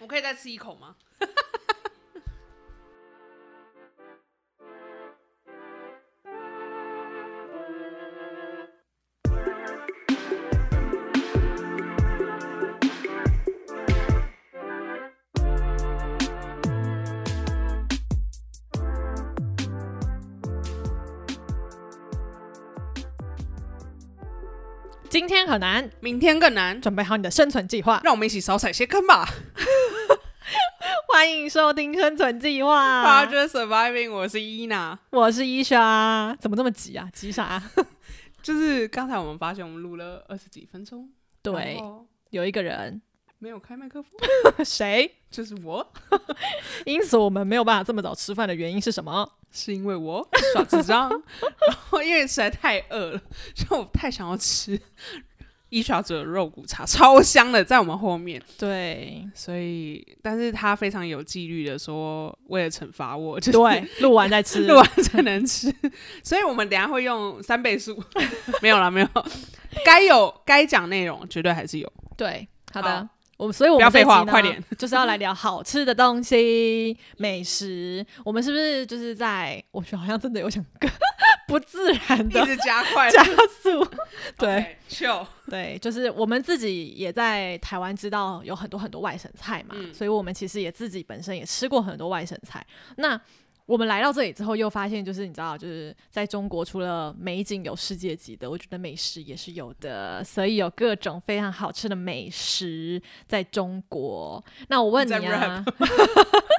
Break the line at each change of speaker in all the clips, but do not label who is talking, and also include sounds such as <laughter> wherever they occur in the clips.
我可以再吃一口吗？
今天很难，
明天更难，
准备好你的生存计划，
让我们一起少踩些坑吧。
<laughs> 欢迎收听生存计划。
Project Surviving，我是伊娜。
我是伊莎，怎么这么急啊？急啥？
就是刚才我们发现我们录了二十几分钟，
对
然，后
有一个人，
没有开麦克风，
<laughs> 谁？
就是我，
因此我们没有办法这么早吃饭的原因是什么？
是因为我耍智障， <laughs> 然后因为实在太饿了，所以我太想要吃伊莎煮的肉骨茶，超香的，在我们后面，
对
所以但是他非常有纪律的说，为了惩罚我，就是
<laughs> 对， <laughs> 录完再吃。
录完才能吃，所以我们等一下会用三倍速， <laughs> 没有啦，没有，该有该讲内容绝对还是有，
对，好
好
的。我们所以我们
不要
这
废话
集呢
快点，
<laughs> 就是要来聊好吃的东西、美食。我们是不是就是在？我觉得好像真的有想 <laughs> 不自然
一
的
直加快
加 <laughs> 速。对，
OK，，chill， <laughs>
对，就是我们自己也在台湾知道有很多很多外省菜嘛，
嗯
所以我们其实也自己本身也吃过很多外省菜。那我们来到这里之后，又发现就是你知道，就是在中国除了美景有世界级的，我觉得美食也是有的，所以有各种非常好吃的美食在中国。那我问
你在
你啊， <laughs>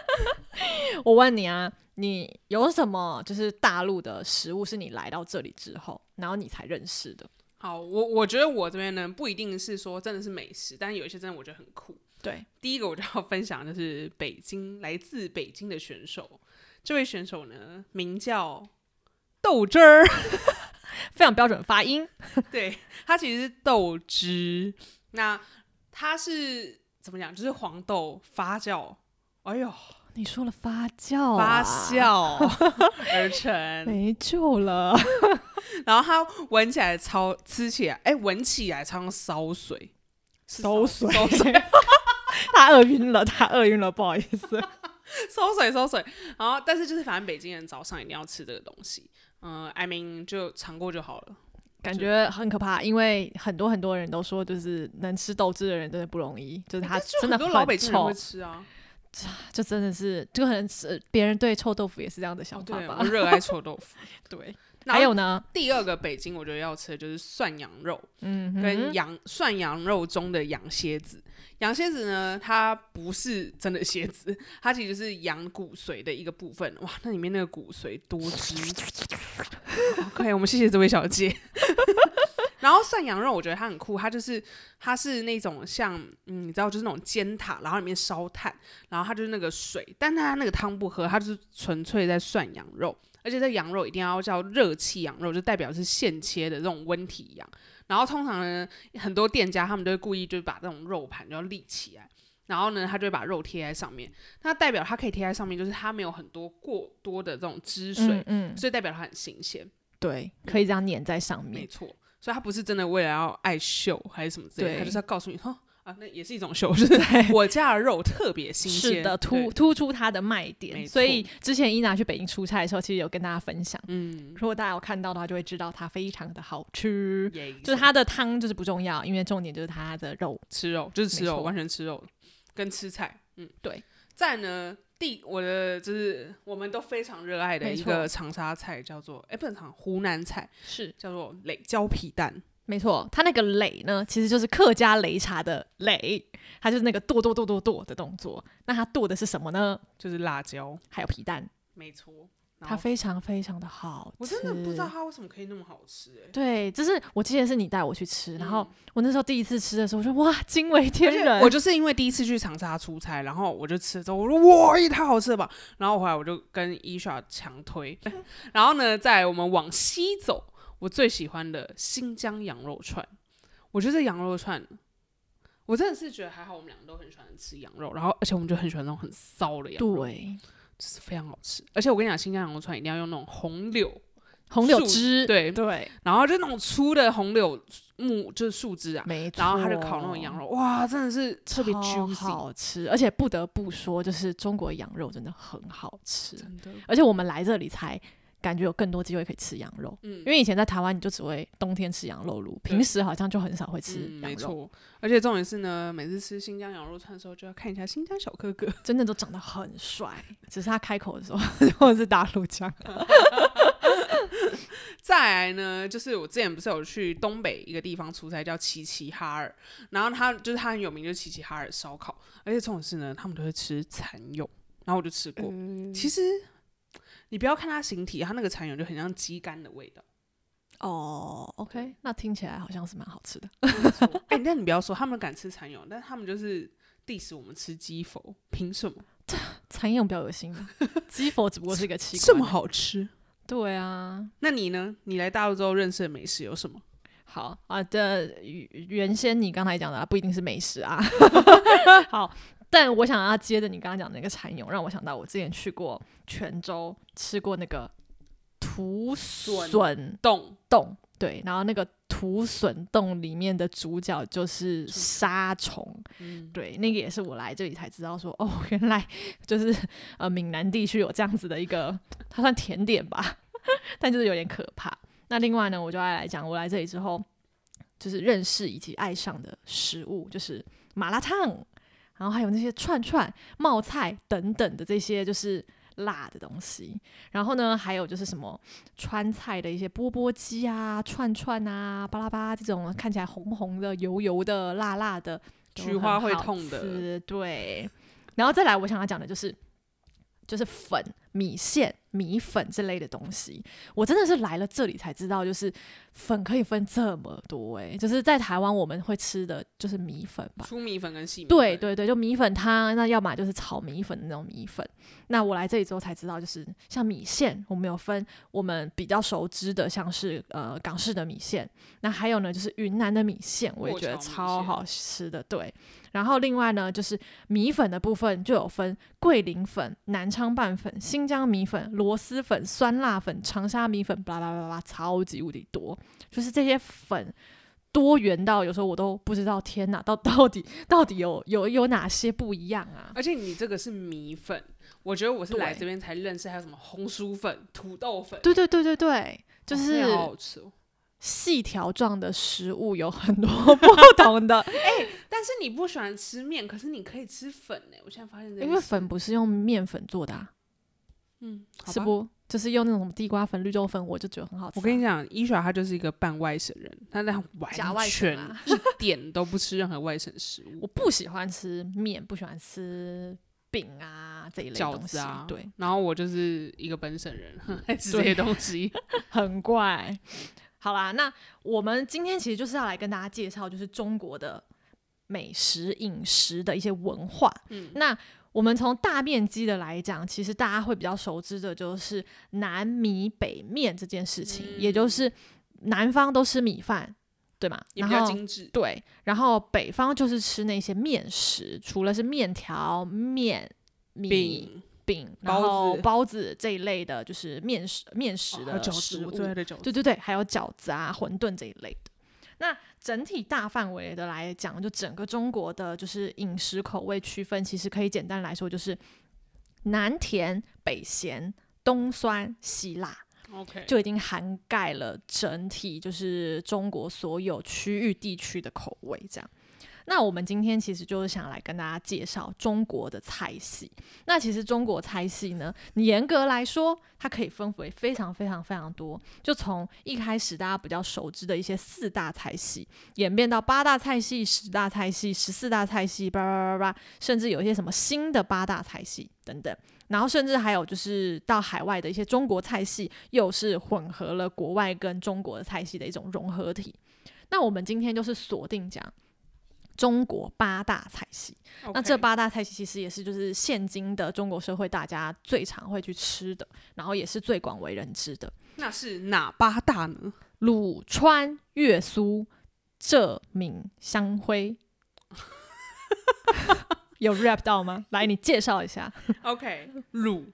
我问你啊，你有什么就是大陆的食物是你来到这里之后，然后你才认识的？
好，我我觉得我这边呢不一定是说真的是美食，但有一些真的我觉得很酷。
对，
第一个我就要分享的就是北京来自北京的选手，这位选手呢名叫豆汁
<laughs>
儿，
非常标准发音。
对他其实是豆汁，那他是怎么讲？就是黄豆发酵，哎呦
你说了发酵、啊
发，酵而
<laughs>
成，
没救了。
然后它闻起来超吃起来，哎闻起来超像烧水，是
馊水
烧水
<laughs> 他饿晕了，他饿晕了，不好
<laughs>
意思。
收
<laughs>
水收水，然后但是就是反正北京人早上一定要吃这个东西，嗯、i mean 就尝过就好了。
感觉很可怕，因为很多很多人都说，就是能吃豆汁的人真的不容易，就是他
哎但就
真的
很多老北京人
臭
会，吃啊，
就真的是，就可能是别人对臭豆腐也是这样的想
哦
法
对，我
吧。
热爱臭豆
<laughs>
腐。
对，
然
还
后
有呢，
第二个北京我觉得要吃的就是涮羊肉，
嗯哼，
跟羊涮羊肉中的羊蝎子。羊蝎子呢，它不是真的蝎子，它其实是羊骨髓的一个部分。哇，那里面那个骨髓多汁。OK，我们谢谢这位小姐。 <laughs> 然后涮羊肉，我觉得它很酷，它就是它是那种像嗯，你知道，就是那种煎塔，然后里面烧炭，然后它就是那个水，但它那个汤不喝，它就是纯粹在涮羊肉，而且这羊肉一定要叫热气羊肉，就代表是现切的这种温体羊。然后通常呢，很多店家他们都会故意就是把这种肉盘就要立起来，然后呢，他就会把肉贴在上面。那代表它可以贴在上面，就是它没有很多过多的这种汁水，
嗯嗯，
所以代表它很新鲜。
对，可以这样粘在上
没
面。
错，所以他不是真的为了要爱秀还是什么之类的，
对
他就是要告诉你，哦啊，那也是一种秀，就是我家的肉特别新鲜，
是的，突
对，
突出它的卖
没
点。
错
所以之前伊娜去北京出差的时候，其实有跟大家分享。
嗯，
如果大家有看到的话，就会知道它非常的好吃。
也
就是它的汤就是不重要，因为重点就是它的肉。
吃肉，就是吃
没
肉，
错
完全吃肉跟吃菜，嗯，
对。
再呢，第我的就是我们都非常热爱的
没
一
错
个长沙菜，叫做哎、不能长湖南菜
是，
叫做垒椒皮蛋，
没错。它那个擂呢，其实就是客家擂茶的擂，它就是那个剁剁剁剁剁的动作。那它剁的是什么呢？
就是辣椒，
还有皮蛋，
没错。然
它
后
非常非常的好吃。
我真的不知道。它为什么可以那么好吃、哎，
对，就是我记得是你带我去吃，然后
嗯
我那时候第一次吃的时候，我说哇，惊为天
而且
人！
我就是因为第一次去长沙出差，然后我就吃了之后，我说哇，也太好吃了吧！然后后来我就跟伊莎强推，
<laughs>
然后呢，再来我们往西走，我最喜欢的新疆羊肉串，我觉得这羊肉串。我真的是觉得还好，我们两个都很喜欢吃羊肉，然后而且我们就很喜欢那种很骚的羊肉，
对，
就是非常好吃。而且我跟你讲，新疆羊肉串一定要用那种红柳
红柳
树
枝，
对，
嗯对，
然后就那种粗的红柳木，就是树枝啊，
没错。
然后他就烤那种羊
肉，
肉，哇，真的是特别 juicy，
好吃，而且不得不说，就是中国羊肉真的很好吃，
真的，
而且我们来这里才感觉有更多机会可以吃羊肉。
嗯
因，为以前在台湾，你就只会冬天吃羊肉炉，
对
平时好像就很少会吃
嗯
羊
没
肉，
错，而且重点是呢，每次吃新疆羊肉串的时候，就要看一下新疆小哥哥， <laughs>
真的都长得很帅，只是他开口的时候 <laughs> 或者是打卤酱，
再来呢，就是我之前不是有去东北一个地方出差，叫齐齐哈尔，然后它就是它很有名，就是齐齐哈尔烧烤，而且重点是呢，他们都会吃蚕蛹，然后我就吃过。
嗯
其实你不要看它形体，它那个蚕蛹就很像鸡肝的味道。
哦，OK，那听起来好像是蛮好吃的。
没错哎、但你不要说他们敢吃蚕蛹，但他们就是 diss 我们吃鸡佛，凭什么
蚕蛹比较恶
<laughs>
心吧，鸡佛只不过是一个器官。
这么？好吃？
对啊，
那你呢？你来大陆之后认识的美食有什么？
好啊的，原先你刚才讲的、啊、不一定是美食啊。好，但我想要接着你刚刚讲的那个蚕蛹，让我想到我之前去过泉州吃过那个土笋
冻
冻，对，然后那个土笋冻里面的主角就是沙虫，
嗯，
对，那个也是我来这里才知道说，哦，原来就是呃闽南地区有这样子的一个，它算甜点吧， <laughs> 但就是有点可怕。那另外呢，我就爱来讲，我来这里之后，就是认识以及爱上的食物，就是麻辣烫，然后还有那些串串、冒菜等等的这些就是辣的东西。然后呢，还有就是什么川菜的一些钵钵鸡啊、串串啊、巴拉巴拉这种看起来红红的、油油的、辣辣的，都
菊花
很
会
好
痛的
吃对。然后再来，我想要讲的就是。就是粉、米线、米粉这类的东西，我真的是来了这里才知道，就是粉可以分这么多诶、就是在台湾我们会吃的就是米粉吧，
粗米粉跟细米粉，
对对对，就米粉汤，那要么就是炒米粉的那种米粉。那我来这里之后才知道，就是像米线，我们有分我们比较熟知的，像是呃港式的米线，那还有呢就是云南的米线，我也
过
觉
桥
得
米
超
线
好吃的。对，然后另外呢就是米粉的部分就有分桂林粉、南昌拌粉、新疆米粉、螺蛳粉、酸辣粉、长沙米粉，巴拉巴拉巴拉，超级无敌多，就是这些粉。多元到有时候我都不知道，天哪，到 <laughs> 到底到底有有有哪些不一样啊？
而且你这个是米粉，我觉得我是
对
来这边才认识，还有什么红薯粉、土豆粉，
对对对对对，就
哇
是
那个好好吃哦。
细条状的食物有很多不同
<laughs>
的，
但是你不喜欢吃面，可是你可以吃粉呢、我现在发现这件
因为
事
粉，不是用面粉做的、啊，
嗯，好
是
吧？
不？就是用那种地瓜粉、绿豆粉，我就觉得很好吃啊、
我跟你讲，伊莎她就是一个半外省人，她那
假
完
外省
全
啊
一点都不吃任何外省食物，
我不喜欢吃面，不喜欢吃饼啊这一类
饺
东
子
西，
啊，
对，。
然后我就是一个本省人，很爱吃这些东西。
很怪。好啦，那我们今天其实就是要来跟大家介绍，就是中国的美食、饮食的一些文化。
嗯
那我们从大面积的来讲，其实大家会比较熟知的就是南米北面这件事情，也就
嗯
是南方都吃米饭，对吗？
也
然
比较
后
精致，
对，然后北方就是吃那些面食，除了是面条、面、米
饼、
饼，
包
然后
子
包子这一类的，就是面食、面食
哦
的
还有饺
食
子，
物。
我最爱的饺子。
对对对，还有饺子啊、馄饨这一类的。那整体大范围的来讲，就整个中国的就是饮食口味区分，其实可以简单来说就是南甜北咸。东酸西辣
OK，
就已经涵盖了整体，就是中国所有区域地区的口味这样。那我们今天其实就是想来跟大家介绍中国的菜系。那其实中国菜系呢，你严格来说，它可以分为非常非常非常多，就从一开始大家比较熟知的一些四大菜系，演变到八大菜系、十大菜系、十四大菜系，叭叭叭叭，甚至有一些什么新的八大菜系等等。然后甚至还有就是到海外的一些中国菜系，又是混合了国外跟中国的菜系的一种融合体。那我们今天就是锁定讲中国八大菜系。那这
OK
八大菜系其实也是就是现今的中国社会大家最常会去吃的，然后也是最广为人知的。
那是哪八大呢？
鲁、川、粤苏、浙、闽、湘 <laughs> 徽，有 rap 到吗？来，你介绍一下。
OK，鲁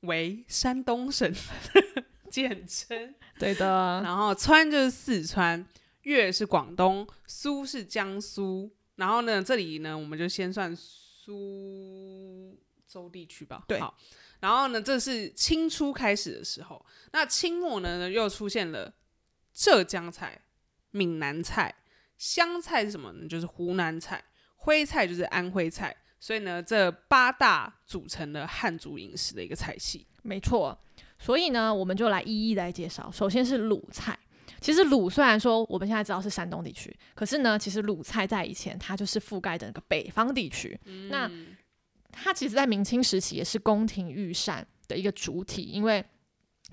为山东省， <laughs> 简称。
对的，
然后川就是四川，粤是广东，苏是江苏。然后呢，这里呢，我们就先算苏州地区吧。
对
好。然后呢，这是清初开始的时候。那清末呢，又出现了浙江菜、闽南菜、湘菜是什么呢？就是湖南菜，徽菜就是安徽菜。所以呢，这八大组成了汉族饮食的一个菜系。
没错。所以呢，我们就来一一来介绍。首先是鲁菜。其实鲁虽然说我们现在知道是山东地区，可是呢，其实鲁菜在以前它就是覆盖整个北方地区。那
嗯
它其实，在明清时期也是宫廷御膳的一个主体，因为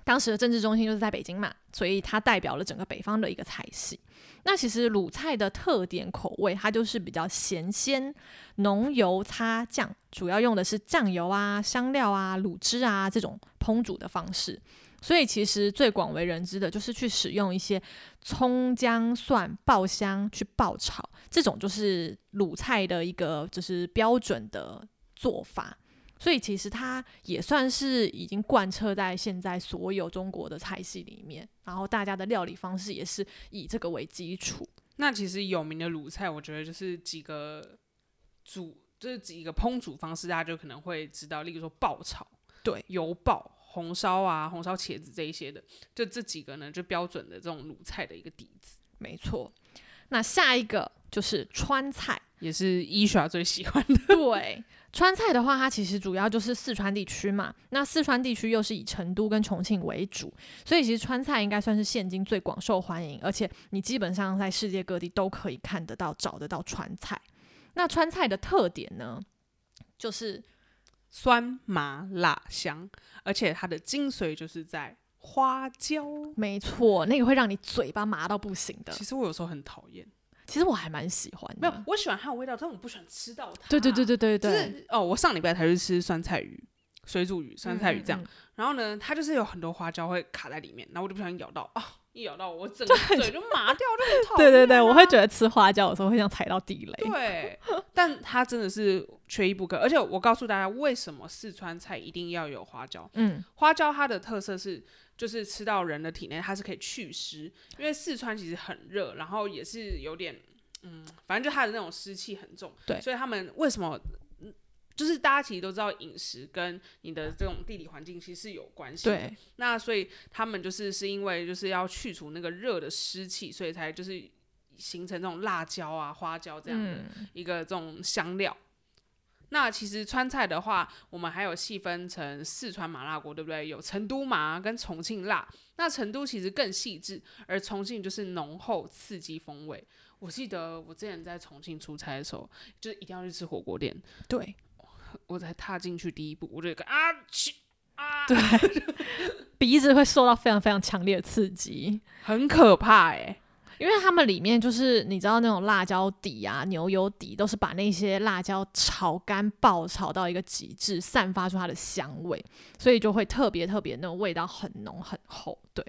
当时的政治中心就是在北京嘛，所以它代表了整个北方的一个菜系。那其实鲁菜的特点口味，它就是比较咸鲜、浓油擦酱，主要用的是酱油啊、香料啊、卤汁啊这种烹煮的方式。所以其实最广为人知的就是去使用一些葱、姜、蒜爆香去爆炒，这种就是鲁菜的一个就是标准的做法。所以其实它也算是已经贯彻在现在所有中国的菜系里面，然后大家的料理方式也是以这个为基础。
那其实有名的鲁菜，我觉得就是几个煮，就是几个烹煮方式，大家就可能会知道，例如说爆炒、
对
油爆、红烧啊、红烧茄子这一些的，就这几个呢，就标准的这种鲁菜的一个底子，
没错，那下一个就是川菜。
也是伊莎最喜欢的。
对，川菜的话，它其实主要就是四川地区嘛。那四川地区又是以成都跟重庆为主，所以其实川菜应该算是现今最广受欢迎，而且你基本上在世界各地都可以看得到、找得到川菜。那川菜的特点呢，就是
酸麻辣香，而且它的精髓就是在花椒。
没错，那个会让你嘴巴麻到不行的
其。实我有时候很讨厌，嗯
其实我还蛮喜欢
没有
的，，啊
我喜欢它的味道，但我不喜欢吃到它。
对对对对对
就
对，
是哦，我上礼拜才去吃酸菜鱼、水煮鱼、酸菜鱼这样，
嗯嗯嗯
然后呢，它就是有很多花椒会卡在里面，然后我就不小心咬到啊，一咬到我整个嘴就麻掉，就很讨厌、啊
对 <laughs> 对对，我会觉得吃花椒有时候会像踩到地雷。
对，但它真的是缺一不可。而且我告诉大家，为什么四川菜一定要有花椒？
嗯，
花椒它的特色是，就是吃到人的体内，它是可以祛湿，因为四川其实很热，然后也是有点，嗯，反正就它的那种湿气很重，
对
所以他们为什么？嗯就是大家其实都知道饮食跟你的这种地理环境其实是有关系的，
对，
那所以他们就是是因为就是要去除那个热的湿气，所以才就是形成这种辣椒啊、花椒这样的
嗯
一个这种香料。那其实川菜的话，我们还有细分成四川麻辣锅，对不对？有成都麻跟重庆辣。那成都其实更细致，而重庆就是浓厚刺激风味。我记得我之前在重庆出差的时候，就是一定要去吃火锅店。
对，
我才踏进去第一步，我就有个啊去啊，
对，鼻子会受到非常非常强烈的刺激，
很可怕哎、
因为他们里面就是你知道那种辣椒底啊、牛油底，都是把那些辣椒炒干、爆炒到一个极致，散发出它的香味，所以就会特别特别那种味道很浓很厚。对，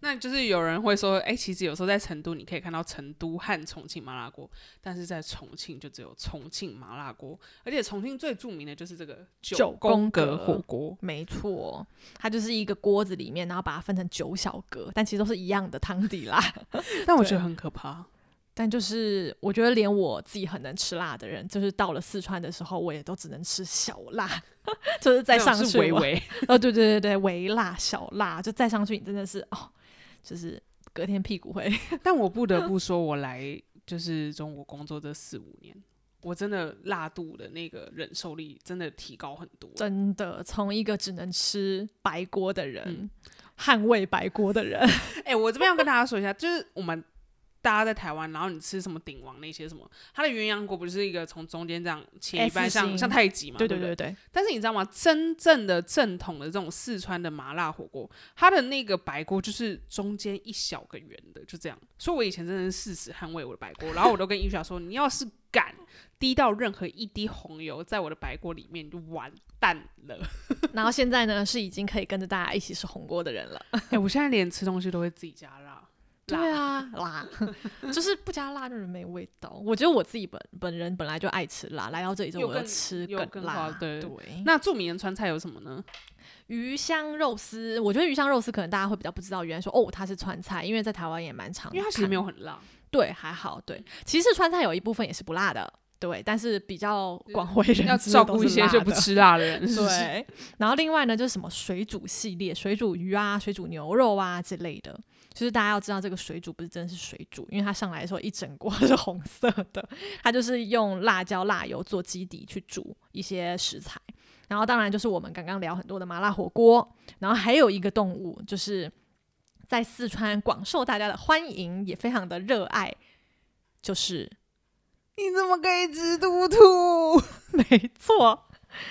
那就是有人会说，哎、其实有时候在成都你可以看到成都和重庆麻辣锅，但是在重庆就只有重庆麻辣锅，而且重庆最著名的就是这个
九宫
宫格
格
火锅。
没错，它就是一个锅子里面，然后把它分成九小格，但其实都是一样的汤底啦。 <laughs>
但我
对
觉得很可怕，
但就是我觉得连我自己很能吃辣的人，就是到了四川的时候，我也都只能吃小辣， <laughs> 就是再
那种
上去
是微
我
微，
<laughs> 哦，对对对对，微辣、小辣，就再上去，你真的是哦，就是隔天屁股会 <laughs>
但我不得不说，我来就是中国工作这四五年，我真的辣度的那个忍受力真的提高很多。
真的从一个只能吃白锅的人，
嗯
捍卫白锅的人，
<laughs> 哎、我这边要跟大家说一下，就是我们大家在台湾，然后你吃什么鼎王那些什么，它的鸳鸯锅不是一个从中间这样切一
S
半，像
型
像太极嘛，
对
对
对
不
对对，
但是你知道吗？真正的正统的这种四川的麻辣火锅，它的那个白锅就是中间一小个圆的，就这样。所以我以前真的是誓死捍卫我的白锅，然后我都跟伊莎说，你要是敢滴到任何一滴红油在我的白锅里面，你就完蛋了。
<laughs> 然后现在呢是已经可以跟着大家一起吃红锅的人了，
哎、我现在连吃东西都会自己加辣，
对啊，辣， <laughs> 就是不加辣就是没味道。我觉得我自己本本人本来就爱吃辣，来到这里之后
又
我要
更
吃
又更
辣
辣。对
对，
那著名的川菜有什么呢？
鱼香肉丝，我觉得鱼香肉丝可能大家会比较不知道，原来说哦它是川菜，因为在台湾也蛮常看，
因为它其实没有很 <laughs> 辣，
对还好对。其实川菜有一部分也是不辣的，对，但是比较广为人
要
知
照
都
顾一
是
些
辣
就不
的
吃辣的 <laughs> 人。是不是，
对，然后另外呢，就是什么水煮系列，水煮鱼啊、水煮牛肉啊之类的。就是大家要知道，这个水煮不是真的是水煮，因为它上来的时候一整锅是红色的， <laughs> 它就是用辣椒、辣油做基底去煮一些食材。然后当然就是我们刚刚聊很多的麻辣火锅，然后还有一个动物就是在四川广受大家的欢迎，也非常的热爱，就是 <laughs>
你怎么可以吃兔兔？
没错，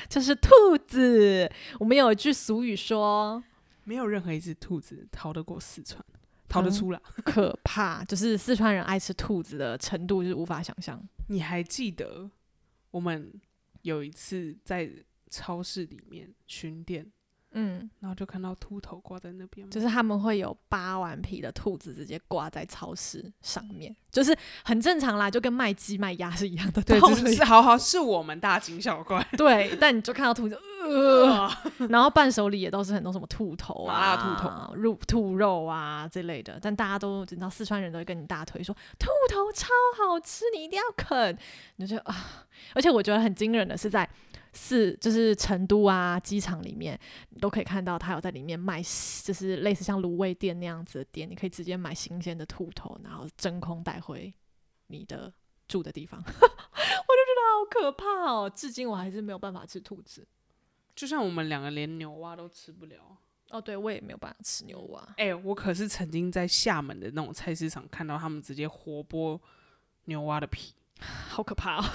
就是兔子。我们有一句俗语说
没有任何一只兔子逃得过四川，逃得
嗯
出来。
可怕，就是四川人爱吃兔子的程度就是无法想象。
你还记得我们有一次在超市里面巡店，
嗯，
然后就看到秃头挂在那边吗？
就是他们会有扒完皮的兔子直接挂在超市上面，就是很正常啦，就跟卖鸡卖鸭是一样的
<laughs>
道
对，只是
理。
是好好是我们大惊小 <laughs> 怪，
<laughs> 对，但你就看到兔子，呃，然后伴手礼也都是很多什么兔头啊、
麻辣
兔头、肉兔肉啊这类的，但大家都你知道，四川人都会跟你大腿说兔头超好吃，你一定要啃。你就觉得啊，而且我觉得很惊人的是在。四就是成都啊，机场里面你都可以看到，他有在里面卖，就是类似像卤味店那样子的店，你可以直接买新鲜的兔头，然后真空带回你的住的地方。 <laughs> 我就觉得好可怕哦，至今我还是没有办法吃兔子。
<laughs> 就像我们两个连牛蛙都吃不了。
哦，对，我也没有办法吃牛蛙。
哎、我可是曾经在厦门的那种菜市场看到他们直接活剥牛蛙的皮。
好可怕哦！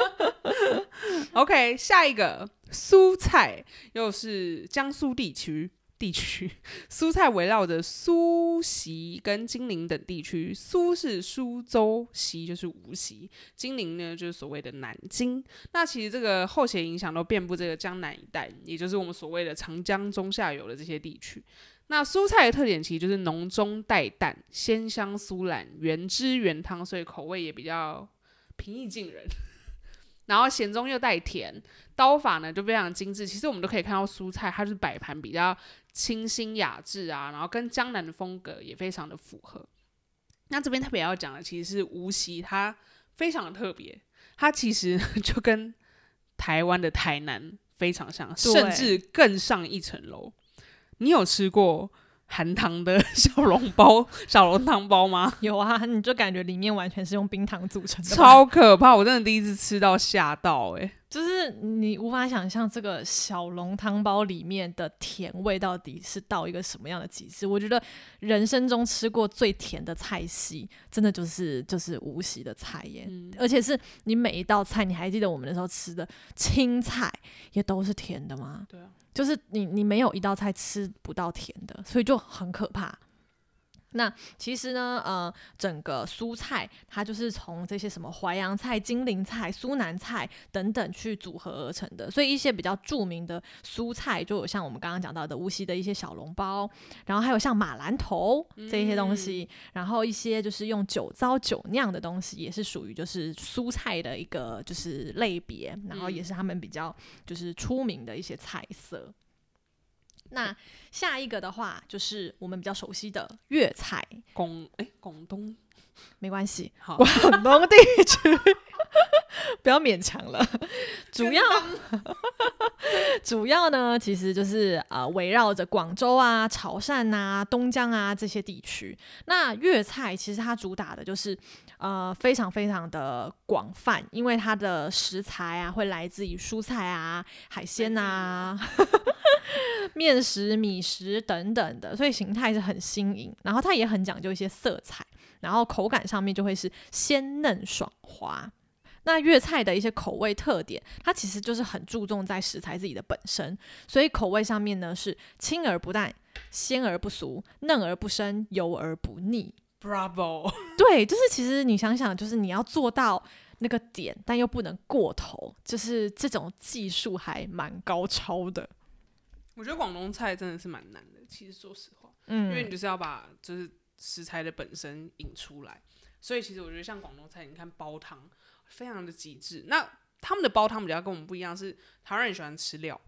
<laughs> OK，下一个蔬菜又是江苏地区。地区 <laughs> 蔬菜围绕着苏锡跟金陵等地区，苏是苏州，锡就是无锡，金陵呢就是所谓的南京。那其实这个后谐影响都遍布这个江南一带，也就是我们所谓的长江中下游的这些地区。那蔬菜的特点其实就是浓中带淡，鲜香酥烂，原汁原汤，所以口味也比较平易近人。 <laughs> 然后咸中又带甜，刀法呢就非常精致。其实我们都可以看到蔬菜，它就是摆盘比较清新雅致啊，然后跟江南的风格也非常的符合。那这边特别要讲的其实是无锡，它非常的特别，它其实就跟台湾的台南非常像，
对
甚至更上一层楼。你有吃过含糖的 <laughs> 小笼包、小笼汤包吗？
<laughs> 有啊，你就感觉里面完全是用冰糖组成的吧，
超可怕！我真的第一次吃到吓到哎、欸
就是你无法想象这个小笼汤包里面的甜味到底是到一个什么样的极致。我觉得人生中吃过最甜的菜系，真的就是就是无锡的菜耶。
嗯
而且是你每一道菜，你还记得我们那时候吃的青菜也都是甜的吗？
对啊，
就是你你没有一道菜吃不到甜的，所以就很可怕。那其实呢，呃，整个蔬菜它就是从这些什么淮扬菜、金陵菜、苏南菜等等去组合而成的，所以一些比较著名的蔬菜，就有像我们刚刚讲到的无锡的一些小笼包，然后还有像马兰头这些东
嗯
西，然后一些就是用酒糟酒酿的东西，也是属于就是蔬菜的一个就是类别，然后也是他们比较就是出名的一些菜色。那下一个的话，就是我们比较熟悉的粤菜，
广哎广东
没关系，
好
广东地区不要勉强了。主要主要呢，其实就是呃围绕着广州啊、潮汕啊、东江啊这些地区。那粤菜其实它主打的就是呃非常非常的广泛，因为它的食材啊会来自于蔬菜啊、海鲜啊。 <laughs> 面食、米食等等的，所以形态是很新颖，然后它也很讲究一些色彩。然后口感上面就会是鲜嫩爽滑。那粤菜的一些口味特点，它其实就是很注重在食材自己的本身，所以口味上面呢是清而不淡，鲜而不俗，嫩而不生，油而不腻。
Bravo，
对，就是其实你想想，就是你要做到那个点，但又不能过头，就是这种技术还蛮高超的。
我觉得广东菜真的是蛮难的，其实说实话，因为
嗯
你，就是要把就是食材的本身引出来。所以其实我觉得像广东菜，你看煲汤非常的极致。那他们的煲汤比较跟我们不一样，是台湾人喜欢吃料，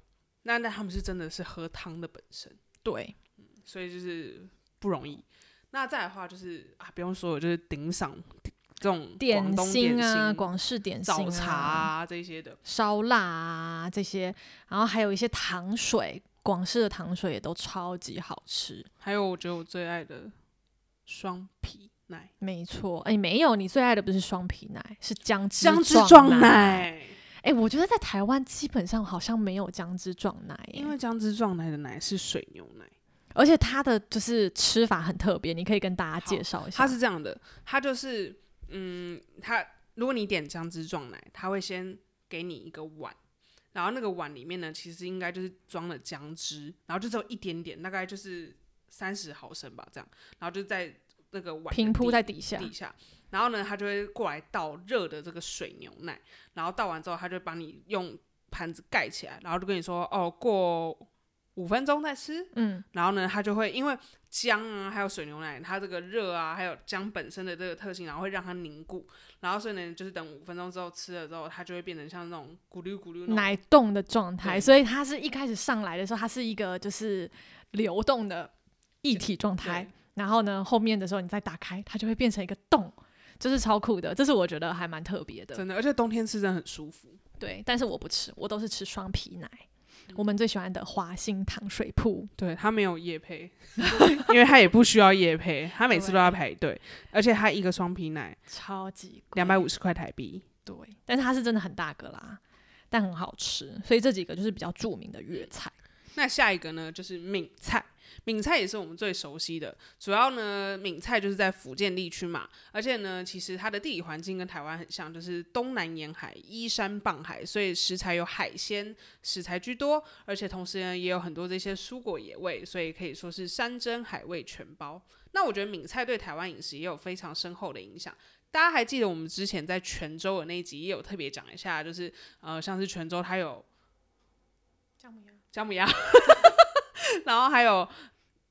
那那他们是真的是喝汤的本身，
对，
所以就是不容易。那再来的话就是啊，不用说了，就是顶赏这种广
点
东点
心
心
啊，广式点心、啊、
早茶啊这些的，
烧腊啊这些，然后还有一些糖水，广式的糖水也都超级好吃。
还有我觉得我最爱的双皮奶，
没错，哎，没有，你最爱的不是双皮奶，是姜汁
姜汁
撞
撞。奶，
哎，我觉得在台湾基本上好像没有姜汁撞奶耶，
因为姜汁撞奶的奶是水牛奶。
而且它的就是吃法很特别，你可以跟大家介绍一下。
它是这样的，它就是嗯，它如果你点姜汁撞奶，它会先给你一个碗，然后那个碗里面呢，其实应该就是装了姜汁，然后就只有一点点，大概就是三十毫升吧，这样，然后就在那个碗的
平铺
底
在底下，
底下，然后呢，他就会过来倒热的这个水牛奶，然后倒完之后，他就把你用盘子盖起来，然后就跟你说，哦，过五分钟再吃，
嗯，
然后呢，它就会因为姜啊，还有水牛奶，它这个热啊，还有姜本身的这个特性，然后会让它凝固，然后所以呢，就是等五分钟之后吃了之后，它就会变成像那种咕噜咕噜那种
奶冻的状态，
对
所以它是一开始上来的时候，它是一个就是流动的液体状态
对，
然后呢，后面的时候你再打开，它就会变成一个洞，就是超酷的，这是我觉得还蛮特别的。
真的，而且冬天吃真的很舒服。
对，但是我不吃，我都是吃双皮奶。我们最喜欢的华兴糖水铺，
对，它没有夜配，因为它也不需要夜配，它每次都要排队，而且它一个双皮奶
超级贵
两百五十块台币。
对，但是它是真的很大个啦，但很好吃，所以这几个就是比较著名的粤菜。
那下一个呢，就是闽菜。闽菜也是我们最熟悉的，主要呢，闽菜就是在福建地区嘛，而且呢，其实它的地理环境跟台湾很像，就是东南沿海、依山傍海，所以食材有海鲜食材居多，而且同时呢，也有很多这些蔬果野味，所以可以说是山珍海味全包。那我觉得闽菜对台湾饮食也有非常深厚的影响。大家还记得我们之前在泉州的那一集也有特别讲一下，就是呃，像是泉州它有姜母鸭，然后还有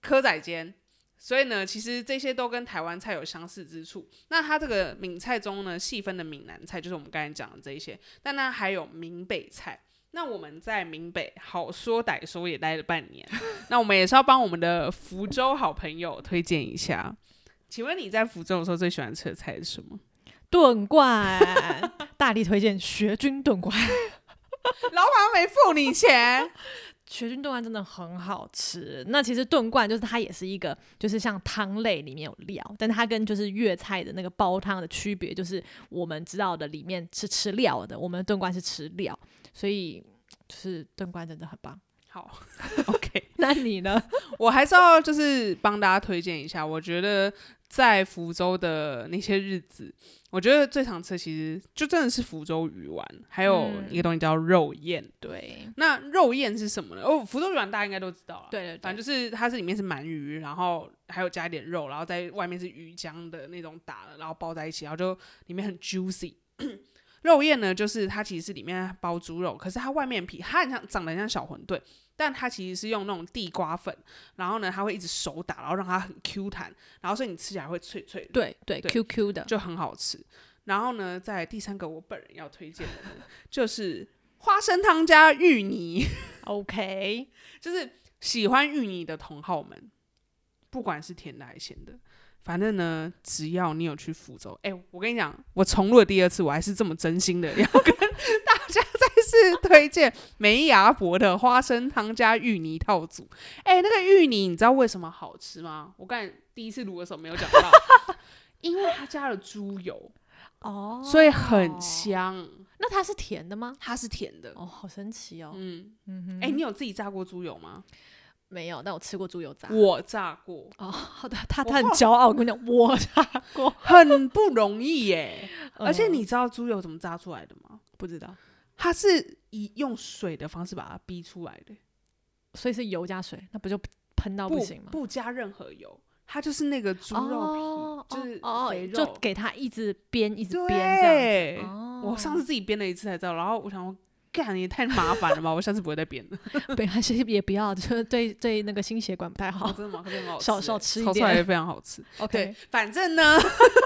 蚵仔煎。所以呢，其实这些都跟台湾菜有相似之处。那它这个闽菜中呢，细分的闽南菜就是我们刚才讲的这一些，但它还有闽北菜。那我们在闽北好说歹说也待了半年，那我们也是要帮我们的福州好朋友推荐一下。请问你在福州的时候最喜欢吃的菜是什么？
<laughs>
<laughs>
炖罐， <laughs> 大力推荐学军炖罐。
老板没付你钱，
学军炖啊罐真的很好吃。那其实炖罐就是它也是一个，就是像汤类里面有料，但它跟就是粤菜的那个煲汤的区别，就是我们知道的里面是吃料的，我们的炖罐是吃料，所以就是炖罐真的很棒。 <laughs>
好，OK。
那你呢？
我还是要就是帮大家推荐一下，我觉得在福州的那些日子，我觉得最常吃的其实就真的是福州鱼丸，还有
嗯
一个东西叫肉燕。
对
那肉燕是什么呢？哦，福州鱼丸大家应该都知道了。。
对对
反
对，
正就是它是里面是鳗鱼，然后还有加一点肉，然后在外面是鱼浆的那种打的，然后包在一起，然后就里面很 juicy。肉燕呢，就是它其实是里面包猪肉，可是它外面皮它很像长得很像小馄饨，但它其实是用那种地瓜粉，然后呢它会一直手打，然后让它很 Q 弹，然后所以你吃起来会脆脆的。
对啊对
对
QQ 的
就很好吃。然后呢，在第三个我本人要推荐的呢，就是花生汤加芋泥。
OK，
就是喜欢芋泥的同好们，不管是甜的还是咸的，反正呢，只要你有去福州，哎、我跟你讲，我重录了第二次，我还是这么真心的 <laughs> 要跟大家再次推
<laughs>
荐梅芽伯的花生汤加芋泥套组。哎、那个芋泥你知道为什么好吃吗？我刚才第一次卤的时候没有讲到。
<laughs>
因为它加了猪油，
哦
所以很。香。
那它是甜的吗？
它是甜的，
哦，好神奇哦。
嗯，
嗯哼，
哎、你有自己炸过猪油吗？
没有，但我吃过猪油炸。
我炸过，
哦，好的，他
我
他很
后
骄傲，我跟你讲，我炸过，
很不容易耶、
<laughs>
而且
嗯
你知道猪油怎么炸出来的吗？
不知道，
它是以用水的方式把它逼出来的，
所以是油加水，哦那不就喷到
不
行吗？
不加任何油，它就是那个猪肉
哦
皮，就是
哦哦
肥
就
肉。
给他一直煸一直煸这样
对
子。，哦 <laughs>
我上次自己煸了一次才知道，然后我想说，干也太麻烦
<laughs>
了吧，我下次不会再编了。
对，还是也不要， <laughs> 就是对对那个心血管不太
哦
好。 <laughs>
真的吗？可是很好吃欸，
少少吃一
炒出
点
来也非常好吃。对
OK，，
反正呢， <laughs>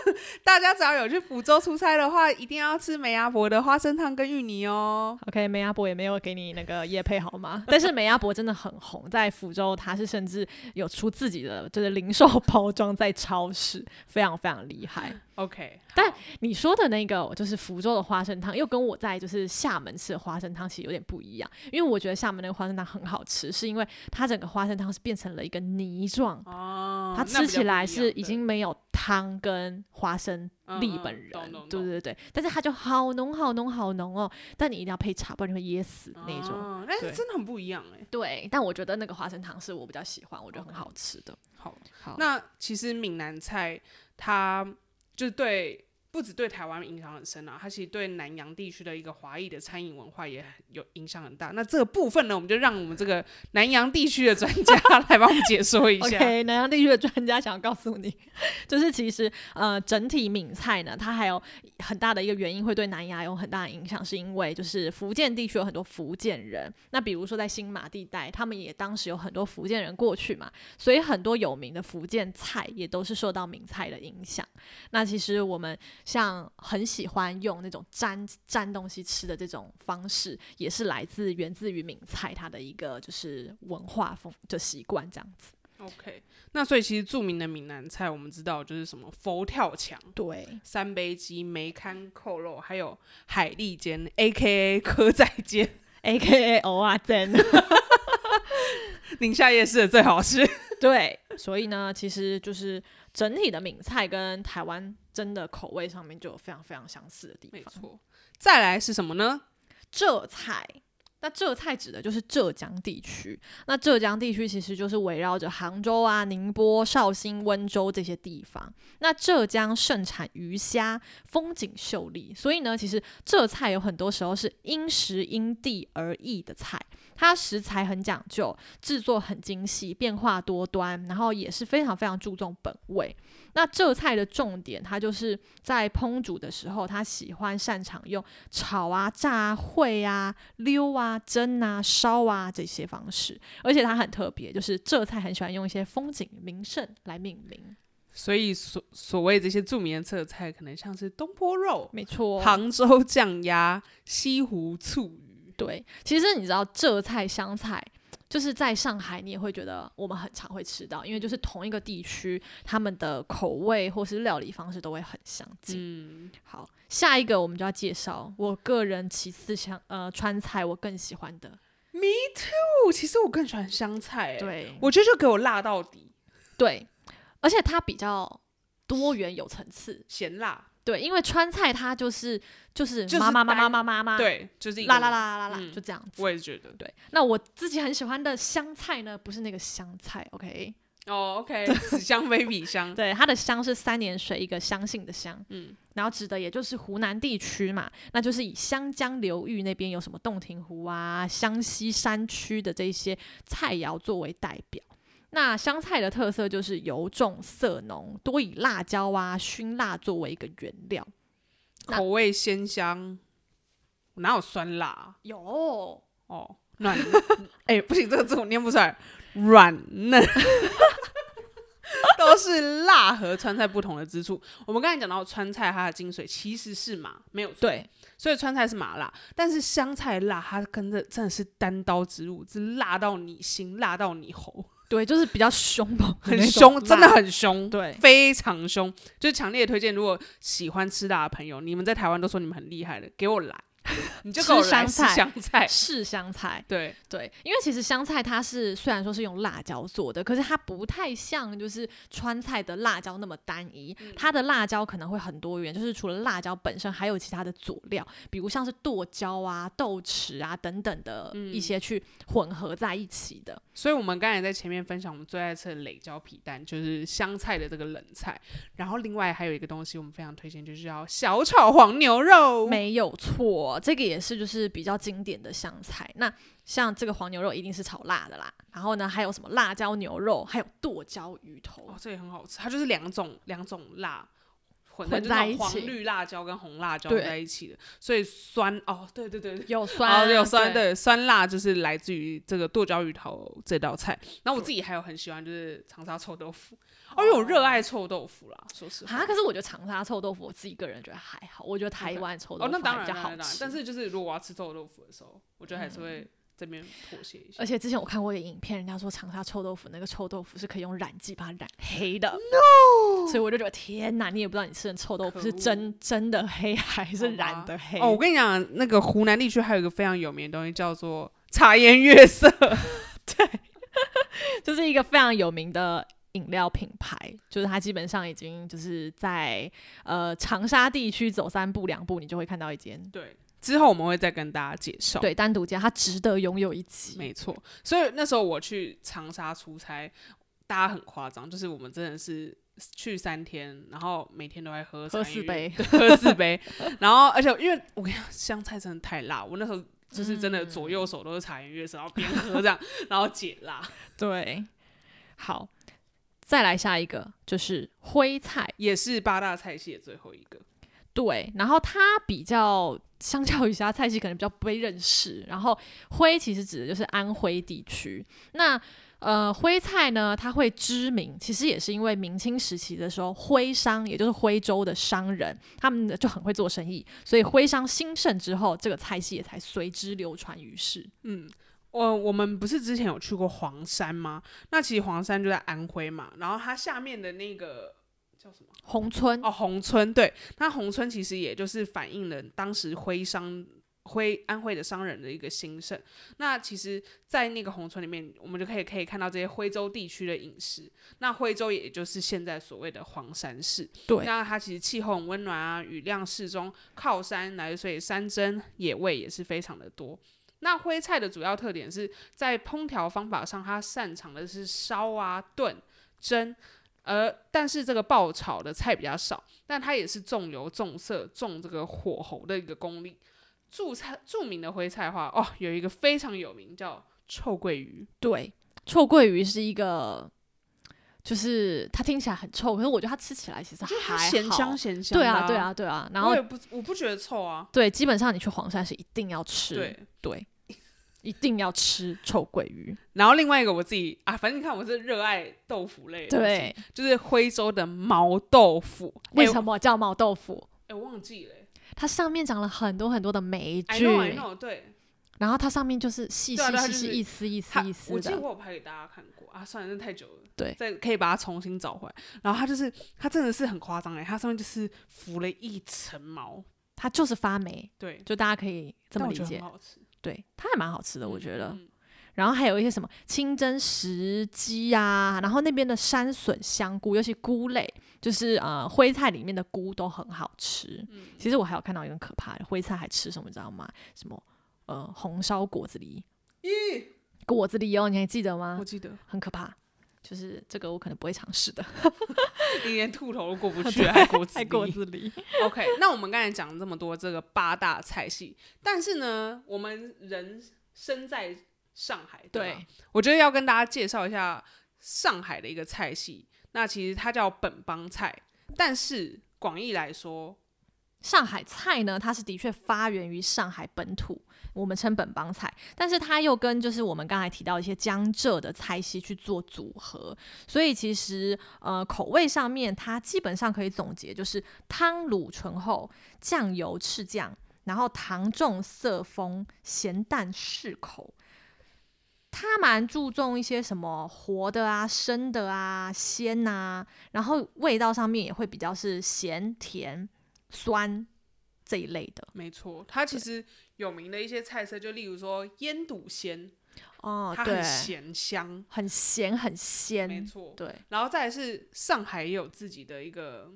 大家只要有去福州出差的话，一定要吃梅阿伯的花生汤跟芋泥哦。
OK，梅阿伯也没有给你那个叶配好吗？ <laughs> 但是梅阿伯真的很红，在福州他是甚至有出自己的就是零售包装在超市，非常非常厉害。
OK，
但你说的那个就是福州的花生汤，又跟我在就是厦门吃的花生汤其实有点不一样，因为我觉得厦门那个花生汤很好吃，是因为它整个花生汤是变成了一个泥状，
哦，那
它
比
吃
较不
起来
一
是
样
已经没有汤跟花生
嗯
粒本人，对对对，但是它就好浓好浓好浓哦，但你一定要配茶，不然你会噎死那种。
哦但是
对
真的很不一样哎。
对，但我觉得那个花生糖是我比较喜欢，我觉得很好吃的。
好，
好，
那其实闽南菜它就是对。不只对台湾影响很深啊，它其实对南洋地区的一个华裔的餐饮文化也很有影响很大。那这个部分呢，我们就让我们这个南洋地区的专家来帮我们解说一下。
<laughs> OK，南洋地区的专家想要告诉你， <laughs> 就是其实呃，整体闽菜呢，它还有很大的一个原因会对南亚有很大的影响，是因为就是福建地区有很多福建人，那比如说在新马地带，他们也当时有很多福建人过去嘛，所以很多有名的福建菜也都是受到闽菜的影响。那其实我们像很喜欢用那种沾沾东西吃的这种方式，也是来自源自于闽菜它的一个就是文化风的习惯这样子。
OK，那所以其实著名的闽南菜，我们知道就是什么佛跳墙、
对，
三杯鸡、梅干扣肉，还有海蛎煎 （A.K.A. 蚵仔煎
A K A 偶啊真），
宁夏夜市的最好吃。
<laughs> 对，所以呢，其实就是整体的闽菜跟台湾真的口味上面就有非常非常相似的地
没
方。
错，再来是什么呢？
浙菜。那浙菜指的就是浙江地区，那浙江地区其实就是围绕着杭州啊、宁波、绍兴、温州这些地方。那浙江盛产鱼虾，风景秀丽，所以呢，其实浙菜有很多时候是因时因地而异的菜，它食材很讲究，制作很精细，变化多端，然后也是非常非常注重本味。那浙菜的重点，它就是在烹煮的时候，它喜欢擅长用炒啊、炸啊、烩啊、溜啊、蒸啊、烧啊这些方式，而且它很特别，就是浙菜很喜欢用一些风景名胜来命名。
所以所所谓这些著名的浙菜，可能像是东坡肉、
没错
杭州酱鸭、西湖醋鱼。
对，其实你知道浙菜、湘菜，就是在上海你也会觉得我们很常会吃到，因为就是同一个地区，他们的口味或是料理方式都会很相近。
嗯，
好，下一个我们就要介绍我个人其次想呃川菜我更喜欢的，
哦，其实我更喜欢湘菜、欸，，
对
我觉得就给我辣到底，
对，而且它比较多元有层次，
咸辣，
对，因为川菜它就是就是
就是
妈妈妈妈
单
妈妈妈，，
对，就是一个
啦啦啦啦啦啦，
嗯
就这样子
我。也觉得。
对，那我自己很喜欢的香菜呢，不是那个香菜，OK？
哦，OK，此 <laughs> 香非彼 <laughs> 香。
对，它的香是三点水一个相信的香，
嗯，
然后指的也就是湖南地区嘛，那就是以湘江流域那边有什么洞庭湖啊、湘西山区的这些菜肴作为代表。那湘菜的特色就是油重色浓，多以辣椒啊、熏辣作为一个原料。那
口味鲜香，哪有酸辣啊、
有
哦？软， <laughs> 哎、不行，这个字我念不出来，软嫩。 <laughs> 都是辣和川菜不同的之处。我们刚才讲到川菜，它的精髓其实是麻，没有错，
对，
所以川菜是麻辣，但是湘菜辣，它跟这真的是单刀直入，是辣到你心，辣到你喉，
对，就是比较凶猛的那种
很
辣，
凶，真的很凶。
对。
非常凶，就是强烈推荐。如果喜欢吃辣的朋友，你们在台湾都说你们很厉害的，给我
<laughs>
来，你就给我
吃
来
香
吃
菜
香菜。
是香菜，
对，
对，因为其实香菜它是虽然说是用辣椒做的，可是它不太像就是川菜的辣椒那么单一，
嗯
它的辣椒可能会很多元，就是除了辣椒本身，还有其他的佐料，比如像是剁椒啊、豆豉啊等等的
嗯
一些去混合在一起的。
所以我们刚才在前面分享我们最爱吃的擂椒皮蛋，就是香菜的这个冷菜。然后另外还有一个东西我们非常推荐，就是要小炒黄牛肉。
没有错，这个也是就是比较经典的湘菜。那像这个黄牛肉一定是炒辣的啦，然后呢还有什么辣椒牛肉，还有剁椒鱼头
哦，，这也很好吃，它就是两种两种辣。混
混
就
在
那种
一
黄
起
绿辣椒跟红辣椒
对
在一起的，所以酸哦，对对对对。
有酸、
哦，有酸，
对
对，酸辣就是来自于这个剁椒鱼头这道菜。然后我自己还有很喜欢就是长沙臭豆腐，哦，因为我热爱臭豆腐啦，说实话。
啊。可是我觉得长沙臭豆腐，我自己个人觉得还好，我觉得台
OK
湾臭豆
哦，
腐
那
还
当
比
然，
较
当然
好
当然
吃。
但是就是如果我要吃臭豆腐的时候，我觉得还是会这边妥协一下
而。且之前我看过一个影片，人家说长沙臭豆腐那个臭豆腐是可以用染剂把它染
<laughs>
黑的，no，所以我就觉得天哪，你也不知道你吃的臭豆腐
可
是真真的黑还是染的黑。
哦，我跟你讲，那个湖南地区还有一个非常有名的东西叫做茶颜悦色，
就是一个非常有名的饮料品牌，就是它基本上已经就是在呃长沙地区走三步两步，你就会看到一间。
对，之后我们会再跟大家介绍。
对，单独家它值得拥有一集。
没错，所以那时候我去长沙出差，大家很夸张，就是我们真的是去三天，然后每天都在喝茶
喝四
叶
杯
对喝四杯，
<laughs>
然后而且因为我跟你讲，香菜真的太辣，我那时候。就是真
嗯
的左右手都是茶颜悦色，然后边喝这样，然后解辣。
对，好，再来下一个就是徽菜，
也是八大菜系的最后一个。
对，然后它比较相较于其他菜系可能比较不被认识，然后徽其实指的就是安徽地区。那呃，徽菜呢，它会知名，其实也是因为明清时期的时候，徽商也就是徽州的商人，他们呢就很会做生意，所以徽商兴盛之后，这个菜系也才随之流传于世。
嗯，我我们不是之前有去过黄山吗？那其实黄山就在安徽嘛，然后它下面的那个叫什么？
宏村，
哦，宏村对，那宏村其实也就是反映了当时徽商。徽安徽的商人的一个兴盛，那其实，在那个宏村里面，我们就可以可以看到这些徽州地区的饮食。那徽州也就是现在所谓的黄山市，
对
那它其实气候很温暖啊，雨量适中，靠山来，所以山珍野味也是非常的多。那徽菜的主要特点是在烹调方法上，它擅长的是烧啊、炖、蒸，而但是这个爆炒的菜比较少，但它也是重油、重色、重这个火候的一个功力。著菜著名的徽菜的话，哦，有一个非常有名叫臭鳜鱼，
对，臭鳜鱼是一个。就是它听起来很臭，可是我觉得它吃起来其实
就
还
它
好，
咸香咸香
对
的、
啊，对，啊，对啊。然后
我也不我不觉得臭啊，
对，基本上你去黄山是一定要吃，
对。
对一定要吃臭鳜鱼。
然后另外一个我自己啊，反正你看我是热爱豆腐类的，，
对，
就是徽州的毛豆腐。
为
哎
什么叫毛豆腐？
哎、我忘记了欸
它上面长了很多很多的霉
，I
菌，
know I know，对，
然后它上面就是细
对啊
细
对啊
细
就是
细一丝一
它
丝一丝
我记得
的，
我有拍给大家看过啊，算了，那太久了，
对
再可以把它重新找回来。然后它就是，它真的是很夸张哎，它上面就是浮了一层毛，
它就是发霉，
对，
就大家可以这
但
么
我
理
觉得
解
很。好吃，
对，它还蛮好吃的，我
嗯
觉得。
嗯
然后还有一些什么清蒸石鸡啊，然后那边的山笋、香菇，尤其菇类，就是呃徽菜里面的菇都很好吃。其实我还有看到一个很可怕的徽菜还吃什么，你知道吗？什么呃红烧果子狸，咦，果子狸哦，你还记得吗
我？记得
很可怕，就是这个我可能不会尝试的，
你连兔头都过
<laughs>
不去，还果
还
子
果
狸
子狸，
OK，那我们刚才讲了这么多这个八大菜系，但是呢，我们人身在上海，吧
对，
我觉得要跟大家介绍一下上海的一个菜系，那其实它叫本帮菜，但是广义来说，
上海菜呢，它是的确发源于上海本土，我们称本帮菜，但是它又跟就是我们刚才提到一些江浙的菜系去做组合，所以其实呃口味上面它基本上可以总结就是汤卤醇厚，酱油赤酱，然后糖重色丰，咸淡适口。它蛮注重一些什么活的啊、生的啊、鲜呐、然后味道上面也会比较是咸甜酸这一类的
没错，它其实有名的一些菜色，就例如说腌笃鲜，
哦
它很咸香，
很咸很
没
鲜，
错。
对，
然后再来是上海也有自己的一个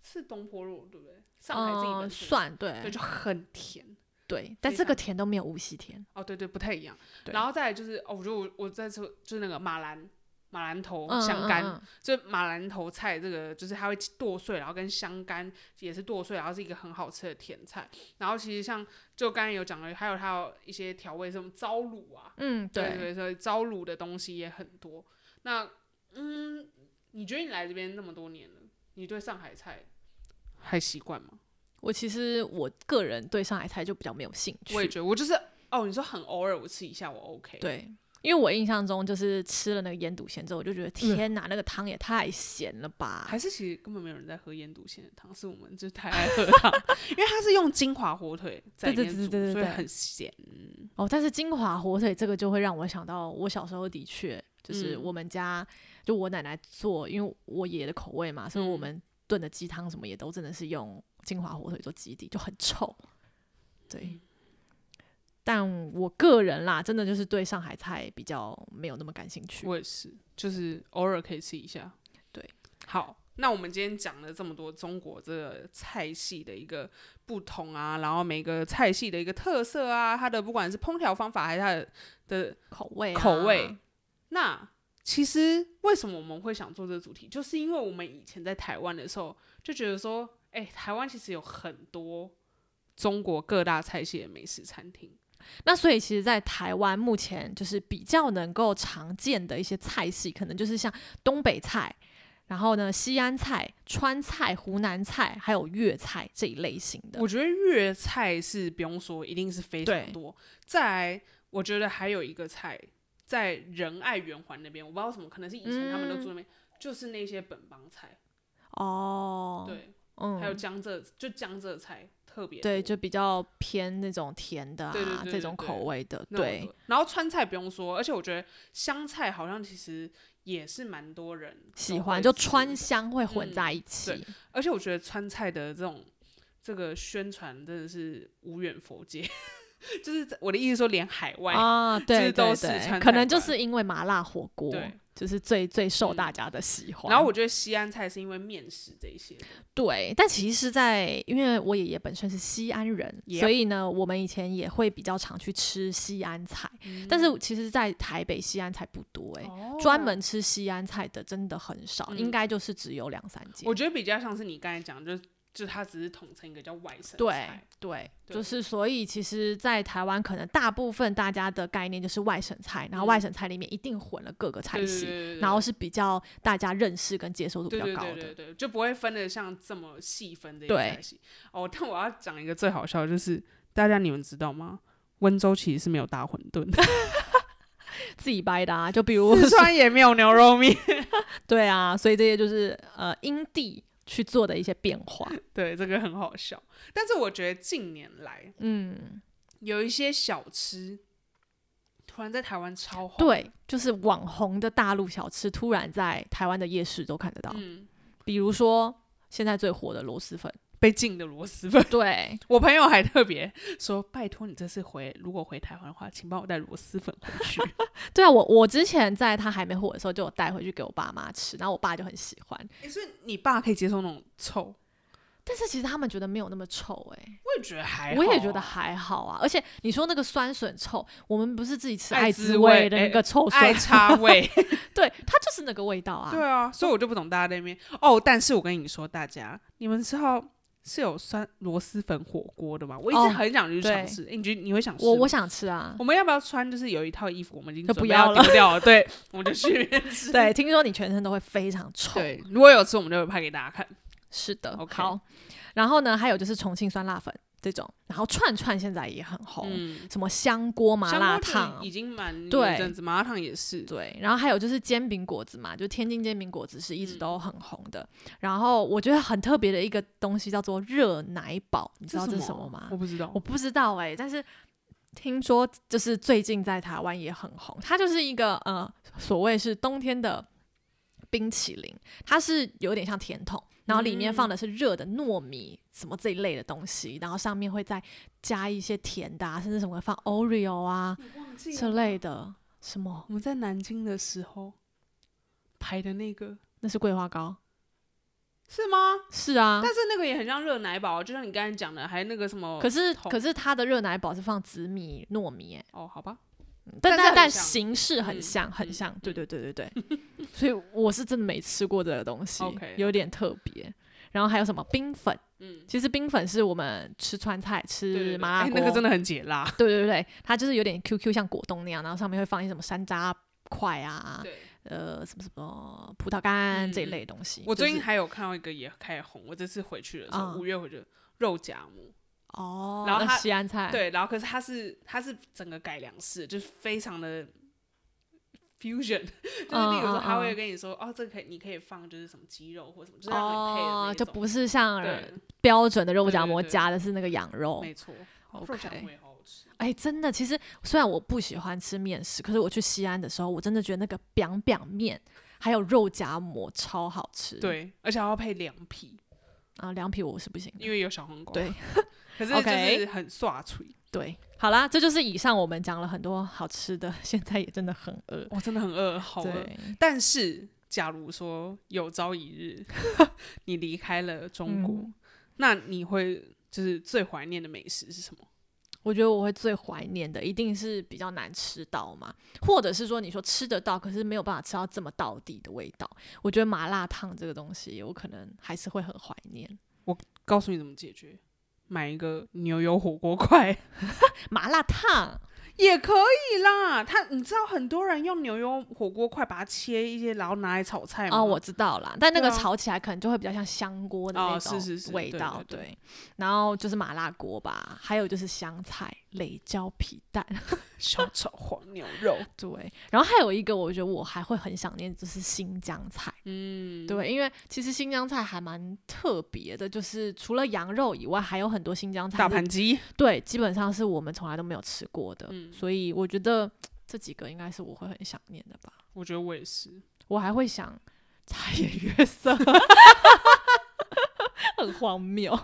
是东坡肉，对不对？上海自己
嗯
的
蒜对
对，就很甜。
对，但
非
这个
常
甜都没有无锡甜，
哦，对对，不太一样。
对
然后再来就是，哦，我觉得我我在说就是那个马兰马兰头
嗯
香哦干，
嗯嗯
就马兰头菜这个就是它会剁碎，然后跟香干也是剁碎，然后是一个很好吃的甜菜。然后其实像就刚才有讲了，还有它有一些调味，什么糟卤啊，
嗯
对
对，
对，所以糟卤的东西也很多。那嗯，你觉得你来这边那么多年了，你对上海菜还习惯吗？
我其实我个人对上海菜就比较没有兴趣。
我也觉得，我就是哦，你说很偶尔我吃一下我 OK，，
对，因为我印象中就是吃了那个腌笃鲜之后，我就觉得天哪，那个汤也太咸了吧！
嗯还是其实根本没有人在喝腌笃鲜的汤，是我们就太爱喝
<laughs>
汤，因为它是用金华火腿在里
对
面
对
煮，
对对对
所以
对
很咸。
哦，但是金华火腿这个就会让我想到我小时候的确就是
嗯
我们家、就我奶奶做，因为我爷爷的口味嘛，所以我
嗯
们炖的鸡汤什么也都真的是用金华火腿做基底，就很臭。对，
嗯
但我个人啦，真的就是对上海菜比较没有那么感兴趣。
我也是，就是偶尔可以吃一下。
对，
好，那我们今天讲了这么多中国这个菜系的一个不同啊，然后每个菜系的一个特色啊，它的不管是烹调方法还是它的的
口味、啊，
口味，那其实为什么我们会想做这个主题，就是因为我们以前在台湾的时候就觉得说，哎、台湾其实有很多中国各大菜系的美食餐厅。
那所以其实，在台湾目前就是比较能够常见的一些菜系，可能就是像东北菜，然后呢西安菜、川菜、湖南菜，还有粤菜这一类型的
我。觉得粤菜是不用说，一定是非
对
常多。再来，我觉得还有一个菜在仁爱圆环那边，我不知道为什么，可能是以前他们都住那边，就是那些本帮菜，
哦，，
对，
嗯，
还有江浙，就江浙菜特别
对，
多
就比较偏那种甜的啊，
对对对对
这种口味的，
那我
对
懂，然后川菜不用说，而且我觉得湘菜好像其实也是蛮多人
喜
都
欢
会
就
吃
川香会混
嗯
在一起。
对而且我觉得川菜的这种这个宣传真的是无远佛界， <laughs> 就是在我的意思说，连海外、
啊，
就
对
是都
对
是
对，
川
可
菜
能就
馆
是因为麻辣火锅
对，
就是最最受
嗯
大家的喜欢。
然后我觉得西安菜是因为面食这一些的，
对，但其实在，因为我爷爷本身是西安人
Yep
所以呢，我们以前也会比较常去吃西安菜。
嗯
但是其实，在台北西安菜不多哎、专、门吃西安菜的真的很少，应
哦嗯
该就是只有两三间
我。觉得比较像是你刚才讲，就是就它只是统称一个叫外省
对
菜，
对，
对
就是所以，其实，在台湾可能大部分大家的概念就是外省菜，然后外
嗯
省菜里面一定混了各个菜
对
系，
对对对
然后是比较大家认识跟接受度比
对
较
对
高
对
的。
对对，就不会分的像这么细分这些
对
菜系。哦，但我要讲一个最好笑的，就是大家你们知道吗？温州其实是没有大馄饨
<laughs>
的，
自己掰的啊，就比如
四川也没有牛肉面。
对啊，所以这些就是呃因地去做的一些变化。
<laughs> 对，这个很好笑。但是我觉得近年来
嗯，
有一些小吃突然在台湾超红，，
对，就是网红的大陆小吃，突然在台湾的夜市都看得到。
嗯，
比如说现在最火的螺蛳粉，
被禁的螺蛳粉。 <laughs>
对，
我朋友还特别说：“拜托你这次回，如果回台湾的话，请帮我带螺蛳粉回
<laughs>
去。
对啊，我我之前在它还没火的时候，就有带回去给我爸妈吃，然后我爸就很喜欢。
欸”所以你爸可以接受那种臭，
但是其实他们觉得没有那么臭哎、
我也觉得还好啊、
我也觉得还好啊。而且你说那个酸笋臭，我们不是自己吃
爱
爱
滋
滋
味
味的
哎
那个臭酸，
爱插
<laughs>
味。
对，它就是那个味道啊。
对啊，所以我就不懂大家在那边哦。但是我跟你说，大家你们知道是有酸螺蛳粉火锅的吗？我一
哦
直很想去尝
对
试。诶你觉得你会想试吗？
我我想吃啊，
我们要不要穿？就是有一套衣服，我们已经
就
准备
不要
要
了
丢掉了。对，我们就去
<laughs>
吃。 <laughs>
对，听说你全身都会非常臭。
对，如果有吃，我们就会拍给大家看。
是的
OK
好。然后呢，还有就是重庆酸辣粉这种，然后串串现在也很红，
嗯，
什么香锅麻
香
辣
锅就
烫
已，经蛮
对
对，阵子麻辣烫也是。
对，然后还有就是煎饼果子嘛，就天津煎饼果子是一直
嗯
都很红的。然后我觉得很特别的一个东西叫做热奶堡，你知道这是什么吗？
我不知道
我。不知道哎、但是听说就是最近在台湾也很红，它就是一个呃所谓是冬天的冰淇淋，它是有点像甜筒，然后里面放的是热的糯米什么这一类的东西，然后上面会再加一些甜的、啊，甚至什么放 Oreo 啊之类的。什么？
我们在南京的时候拍的那个
那是桂花糕？
是吗？
是啊
但，是那个也很像热奶堡，就像你刚才讲的，还有那个什么
可是
桶
可是它的热奶堡是放紫米糯米、欸，
哦，好吧，
但
但是
但
很
但
像
形式很
嗯
像，很
嗯
像，对对对对对，
<laughs>
所以我是真的没吃过这个东西
OK
有点特别。然后还有什么冰粉？
嗯，
其实冰粉是我们吃川菜、
对对
吃
对
麻辣
哎
锅，
那个真的很解
<laughs>
辣。
对对对对，它就是有点 QQ 像果冻那样，然后上面会放一些什么山楂块啊，
对，
呃什么什么葡萄干
嗯
这一类东西。
我最
就
近
是
还有看到一个也开始红，我这次回去的时候，
嗯
五、月回去的肉夹馍，
哦，
然后
那
它
西安菜，
对，然后可是它是它是整个改良式，就是非常的 fusion，就是 <laughs> 例如说他会跟你说，哦，这个可以你可以放就是什么鸡肉或什么，就是让你配的那
嗯哦
一，
就
种
不是像
对，
标准的肉
对
夹
对
馍
对
夹的是那个羊肉。
没错，哦
OK
肉夹馍也好好吃，
哎，真的，其实虽然我不喜欢吃面食，可是我去西安的时候，我真的觉得那个 biang biang 面还有肉夹馍超好吃。，
对，而且还要配凉皮，
啊，凉皮我是不行的。
因为有小黄瓜，
对， <laughs>
可是
OK
就是很刷嘴，
对，好啦，这就是以上我们讲了很多好吃的，现在也真的很饿。
我哦真的很饿， <laughs> 好饿。
对，
但是，假如说有朝一
<laughs>
日你离开了中国，
嗯
那你会就是最怀念的美食是什么？
我觉得我会最怀念的一定是比较难吃到嘛，或者是说你说吃得到，可是没有办法吃到这么到底的味道。我觉得麻辣烫这个东西，我可能还是会很怀念。
告诉你怎么解决，买一个牛油火锅块 <laughs>
麻辣烫，
也可以啦。他你知道很多人用牛油火锅块把它切一些，然后拿来炒菜吗？
哦，我知道啦，但那
对
个
啊
炒起来可能就会比较像香锅的
哦
那
是
种
是是
味
对
道，
对对
然后就是麻辣锅吧，还有就是香菜、擂椒皮蛋， <laughs>
小炒黄牛肉，
对。然后还有一个，我觉得我还会很想念，就是新疆菜，
嗯，
对，因为其实新疆菜还蛮特别的，就是除了羊肉以外，还有很多新疆菜
大
是
盘鸡，
对，基本上是我们从来都没有吃过的，
嗯
所以我觉得这几个应该是我会很想念的吧。
我觉得我也是。
我还会想 <laughs> 茶颜
<laughs>
悦色，很荒谬。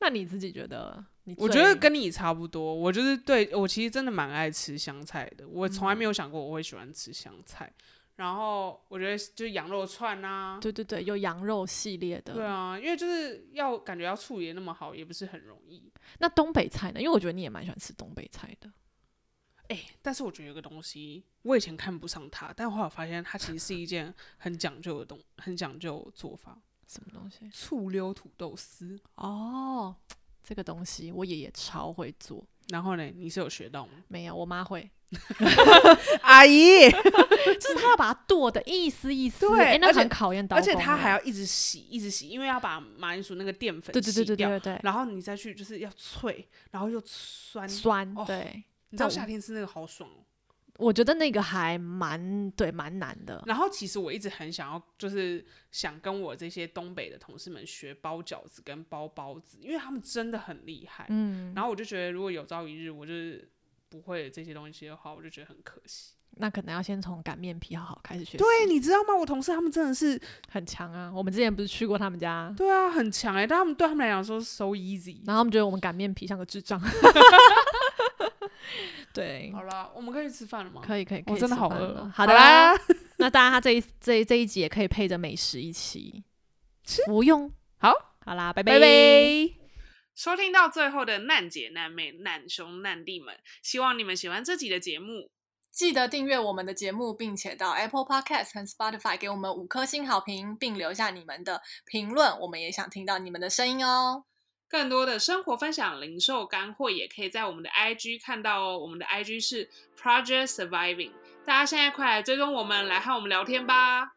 那你自己觉得你最？
我觉得跟你差不多，我就是对我其实真的蛮爱吃香菜的，我从来没有想过我会喜欢吃香菜。然后我觉得就是羊肉串啊，
对对对，有羊肉系列的。
对啊，因为就是要感觉要处理的那么好，也不是很容易。
那东北菜呢？因为我觉得你也蛮喜欢吃东北菜的。
哎，但是我觉得有个东西，我以前看不上它，但后来我发现它其实是一件很讲究的东，很讲究做法。
什么东西？
醋溜土豆丝，
哦，这个东西我爷爷超会做。
然后呢，你是有学到吗？
没有，我妈会，
阿 <laughs> 姨，
就是她要把它剁的一丝一丝，
对
哎，那
而且
很考验刀
而
工
且
耶。
它还要一直洗，一直洗，因为要把马铃薯那个淀粉
对对对
洗
对
掉
对对
然后你再去就是要脆，然后又酸
对，。酸
哦
对。
你知道
但我
夏天吃那个好爽哦。
我觉得那个还蛮对，蛮难的。
然后其实我一直很想要，就是想跟我这些东北的同事们学包饺子跟包包子，因为他们真的很厉害。
嗯，
然后我就觉得，如果有朝一日我就是不会这些东西的话，我就觉得很可惜。
那可能要先从擀面皮好好开始学习。
对，你知道吗？我同事他们真的是，
很强啊！我们之前不是去过他们家，
对啊，很强哎、但他们对他们来讲说 so easy。
然后他们觉得我们擀面皮像个
<laughs>
智障。对，
好了，我们可以吃饭了吗？
可以可以，可
我
以
真的
吃
好
饭
饿
了
哦。
好的
啦
啦，，那大家他这一这一这一集也可以配着美食一起服用。
好，
好啦，
拜拜。收听到最后的难姐、难妹、难兄、难弟们，希望你们喜欢这集的节目。
记得订阅我们的节目，并且到 Apple Podcast 和 Spotify 给我们五颗星好评，并留下你们的评论。我们也想听到你们的声音哦。
更多的生活分享、零售干货，也可以在我们的 IG 看到哦。我们的 IG 是 Project Surviving，大家现在快来追踪我们，来和我们聊天吧。